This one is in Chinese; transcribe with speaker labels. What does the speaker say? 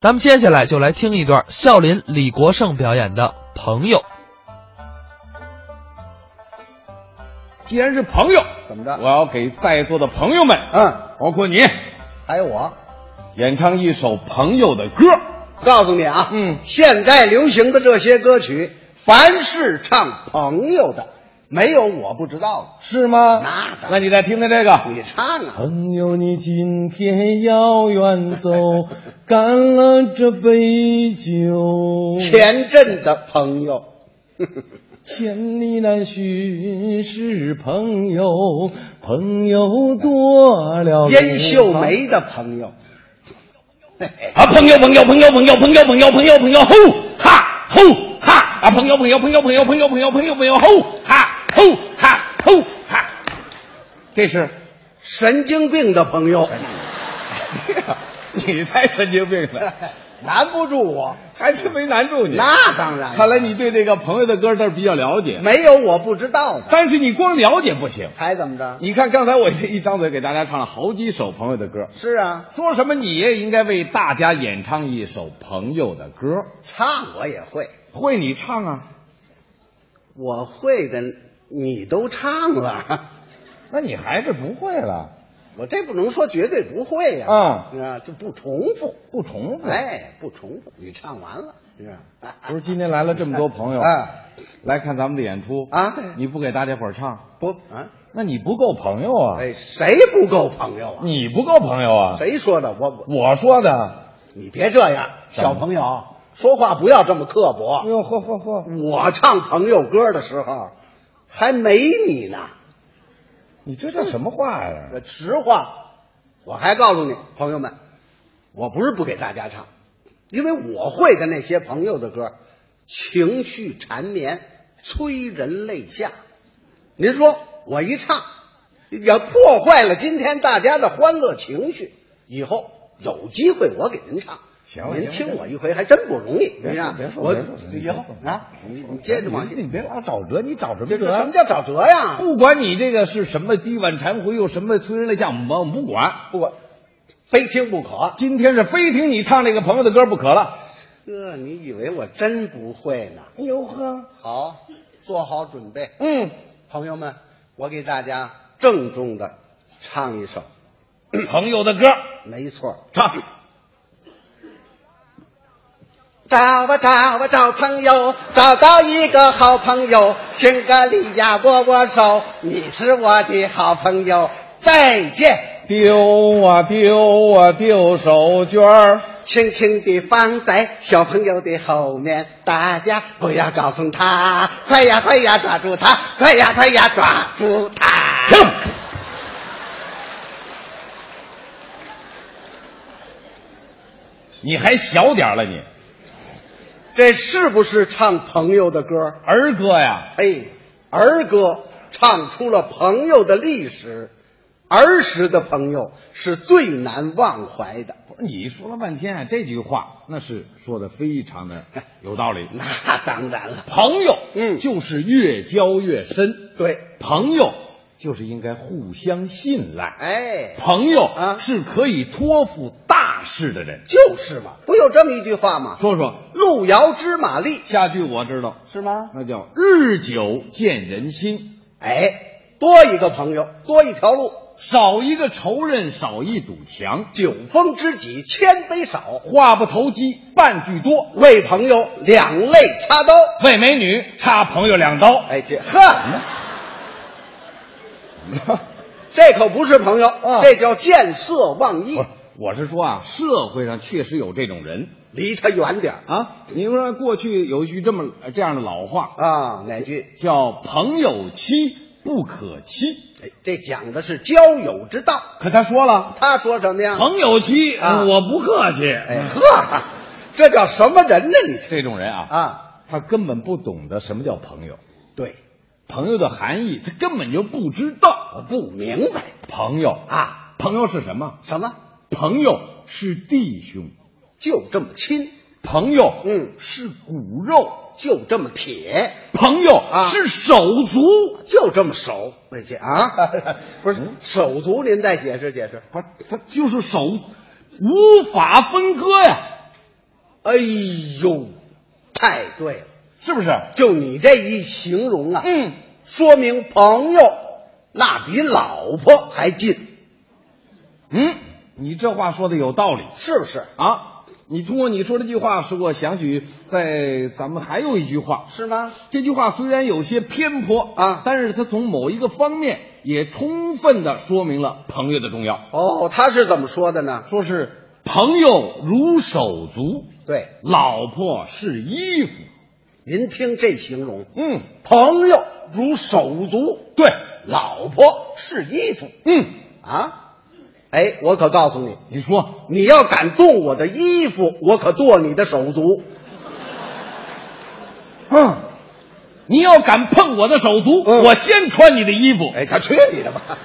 Speaker 1: 咱们接下来就来听一段孝林李国盛表演的《朋友》。
Speaker 2: 既然是朋友，
Speaker 3: 怎么着
Speaker 2: 我要给在座的朋友们，
Speaker 3: 嗯，
Speaker 2: 包括你，
Speaker 3: 还有我，
Speaker 2: 演唱一首朋友的歌。
Speaker 3: 告诉你啊，
Speaker 2: 嗯
Speaker 3: 现在流行的这些歌曲，凡是唱朋友的，没有我不知道
Speaker 2: 是吗
Speaker 3: 那当然
Speaker 2: 那你再听听这个
Speaker 3: 的。。你唱啊，
Speaker 2: 朋友，你今天要远走，干了这杯酒
Speaker 3: 前阵的朋友，
Speaker 2: 千里难寻是朋友，朋友多了
Speaker 3: 燕秀梅的朋友，
Speaker 2: 啊，朋友，朋友，朋友，朋友，朋友，朋友，朋友，朋友，吼哈，吼哈啊，朋友，朋友，朋友，朋友，朋友，朋友，朋友，朋友，吼哈，吼哈，吼哈，这是
Speaker 3: 神经病的朋 友，
Speaker 2: 你才神经病呢，
Speaker 3: 难不住我。
Speaker 2: 还真没难住你。
Speaker 3: 那当然了
Speaker 2: 看来你对这个朋友的歌倒是比较了解，
Speaker 3: 没有我不知道的，
Speaker 2: 但是你光了解不行。
Speaker 3: 还怎么着？
Speaker 2: 你看刚才我一张嘴给大家唱了好几首朋友的歌，
Speaker 3: 是啊，
Speaker 2: 说什么你也应该为大家演唱一首朋友的歌，
Speaker 3: 唱我也会，
Speaker 2: 会你唱啊？
Speaker 3: 我会的，你都唱了，
Speaker 2: 那你还是不会了。
Speaker 3: 我这不能说绝对不会呀、
Speaker 2: 啊
Speaker 3: 啊，就不重复。
Speaker 2: 不重复。，
Speaker 3: 哎，不重复，你唱完了是吧？
Speaker 2: 不是今天来了这么多朋友
Speaker 3: 啊
Speaker 2: 来看咱们的演出
Speaker 3: 啊对
Speaker 2: 你不给大家伙儿唱，
Speaker 3: 不啊，
Speaker 2: 那你不够朋友啊，
Speaker 3: 哎，谁不够朋友啊？
Speaker 2: 你不够朋友啊，
Speaker 3: 谁说的？我我
Speaker 2: 我说的。
Speaker 3: 你别这样，
Speaker 2: 怎么
Speaker 3: 小朋友说话不要这么刻
Speaker 2: 哎
Speaker 3: 薄。
Speaker 2: 呦，嚯嚯嚯！
Speaker 3: 我唱朋友歌的时候，还没你呢。
Speaker 2: 你这叫什么话呀？
Speaker 3: 这实话，我还告诉你朋友们，我不是不给大家唱，因为我会的那些朋友的歌，情绪缠绵，催人泪下。您说我一唱，也破坏了今天大家的欢乐情绪。以后有机会我给您唱。
Speaker 2: 行了
Speaker 3: 您
Speaker 2: 行了
Speaker 3: 听我一回还真不容易，
Speaker 2: 别
Speaker 3: 您啊
Speaker 2: 说别，说
Speaker 3: 我
Speaker 2: 别说别说
Speaker 3: 以后啊，你你接着往下
Speaker 2: 你，你别老找辙，你找什么
Speaker 3: 这
Speaker 2: 辙？啊
Speaker 3: 什么叫找辙呀？
Speaker 2: 不管你这个是什么低碗馋回，又什么催人泪下，我们我们不管。
Speaker 3: 不，非听不可。
Speaker 2: 今天是非听你唱这个朋友的歌不可了。
Speaker 3: 这你以为我真不会呢？
Speaker 2: 哎呦呵，
Speaker 3: 好，做好准备，
Speaker 2: 嗯，
Speaker 3: 朋友们，我给大家郑重的唱一首，
Speaker 2: 朋友的歌
Speaker 3: 没错。
Speaker 2: 唱。
Speaker 3: 找啊找啊找朋友，找到一个好朋友，行个礼呀握握手，你是我的好朋友，再见。
Speaker 2: 丢啊丢啊丢手绢儿，
Speaker 3: 轻轻地放在小朋友的后面，大家不要告诉他，快呀快呀抓住他，快呀快呀抓住他。
Speaker 2: 停！你还小点儿了你，
Speaker 3: 这是不是唱朋友的歌？
Speaker 2: 儿歌呀，
Speaker 3: 哎，儿歌唱出了朋友的历史，儿时的朋友是最难忘怀的。
Speaker 2: 不是你说了半天、啊、这句话，那是说的非常的有道 理。
Speaker 3: 那当然了，
Speaker 2: 朋友，
Speaker 3: 嗯
Speaker 2: 就是越交越深，
Speaker 3: 对，
Speaker 2: 朋友就是应该互相信赖，
Speaker 3: 哎，
Speaker 2: 朋友
Speaker 3: 啊
Speaker 2: 是可以托付大事的人。
Speaker 3: 就是嘛，不有这么一句话吗？
Speaker 2: 说说，
Speaker 3: 路遥知马力
Speaker 2: 下句我知道，
Speaker 3: 是吗？
Speaker 2: 那叫日久见人心，
Speaker 3: 哎，多一个朋友，多一条路，
Speaker 2: 少一个仇人，少一堵墙。
Speaker 3: 酒逢知己千杯少，
Speaker 2: 话不投机半句多，
Speaker 3: 为朋友两肋插刀。
Speaker 2: 为美女插朋友两刀。
Speaker 3: 哎，这呵，这可不是朋友，
Speaker 2: 啊哦
Speaker 3: 这叫见色忘义
Speaker 2: 不是。， 我是说啊，社会上确实有这种人
Speaker 3: 离他远点儿
Speaker 2: 啊。你说过去有一句这么呃这样的老话，
Speaker 3: 啊，哪句？
Speaker 2: 叫“朋友妻不可欺
Speaker 3: 哎，这讲的是交友之道。”，
Speaker 2: 可他说了，
Speaker 3: 他说什么呀？
Speaker 2: 朋友妻、
Speaker 3: 啊
Speaker 2: 我不客气。嗯
Speaker 3: 哎呵，这叫什么人呢？你
Speaker 2: 这种人啊，
Speaker 3: 啊，
Speaker 2: 他根本不懂得什么叫朋友。
Speaker 3: 对，
Speaker 2: 朋友的含义，他根本就不知道。
Speaker 3: 我不明白
Speaker 2: 朋友，
Speaker 3: 啊，
Speaker 2: 朋友是什么？
Speaker 3: 什么
Speaker 2: 朋友是弟兄，
Speaker 3: 就这么亲，
Speaker 2: 朋友
Speaker 3: 嗯
Speaker 2: 是骨肉，
Speaker 3: 就这么铁，
Speaker 2: 朋友
Speaker 3: 啊
Speaker 2: 是手足。
Speaker 3: 就这么手。哎这啊， 不
Speaker 2: 嗯
Speaker 3: 是手足，您再解释解释。
Speaker 2: 不，他就是手，无法分割呀。
Speaker 3: 哎呦，太对了！
Speaker 2: 是不是？
Speaker 3: 就你这一形容啊，
Speaker 2: 嗯，
Speaker 3: 说明朋友那比老婆还近，
Speaker 2: 嗯，你这话说的有道理
Speaker 3: 是不是？
Speaker 2: 啊！你通过你说这句话，使我想起在咱们还有一句话，
Speaker 3: 是吗？
Speaker 2: 这句话虽然有些偏颇
Speaker 3: 啊
Speaker 2: 但是它从某一个方面也充分的说明了朋友的重要。
Speaker 3: 哦，他是怎么说的呢？
Speaker 2: 说是朋友如手足，
Speaker 3: 对，
Speaker 2: 老婆是衣服。
Speaker 3: 您听这形容，
Speaker 2: 嗯，
Speaker 3: 朋友如手足，
Speaker 2: 对，
Speaker 3: 老婆是衣服
Speaker 2: 嗯，
Speaker 3: 啊！哎，我可告诉你，
Speaker 2: 你说
Speaker 3: 你要敢动我的衣服，我可剁你的手足。嗯，
Speaker 2: 你要敢碰我的手足，
Speaker 3: 嗯
Speaker 2: 我先穿你的衣服。
Speaker 3: 哎，他去你的吧！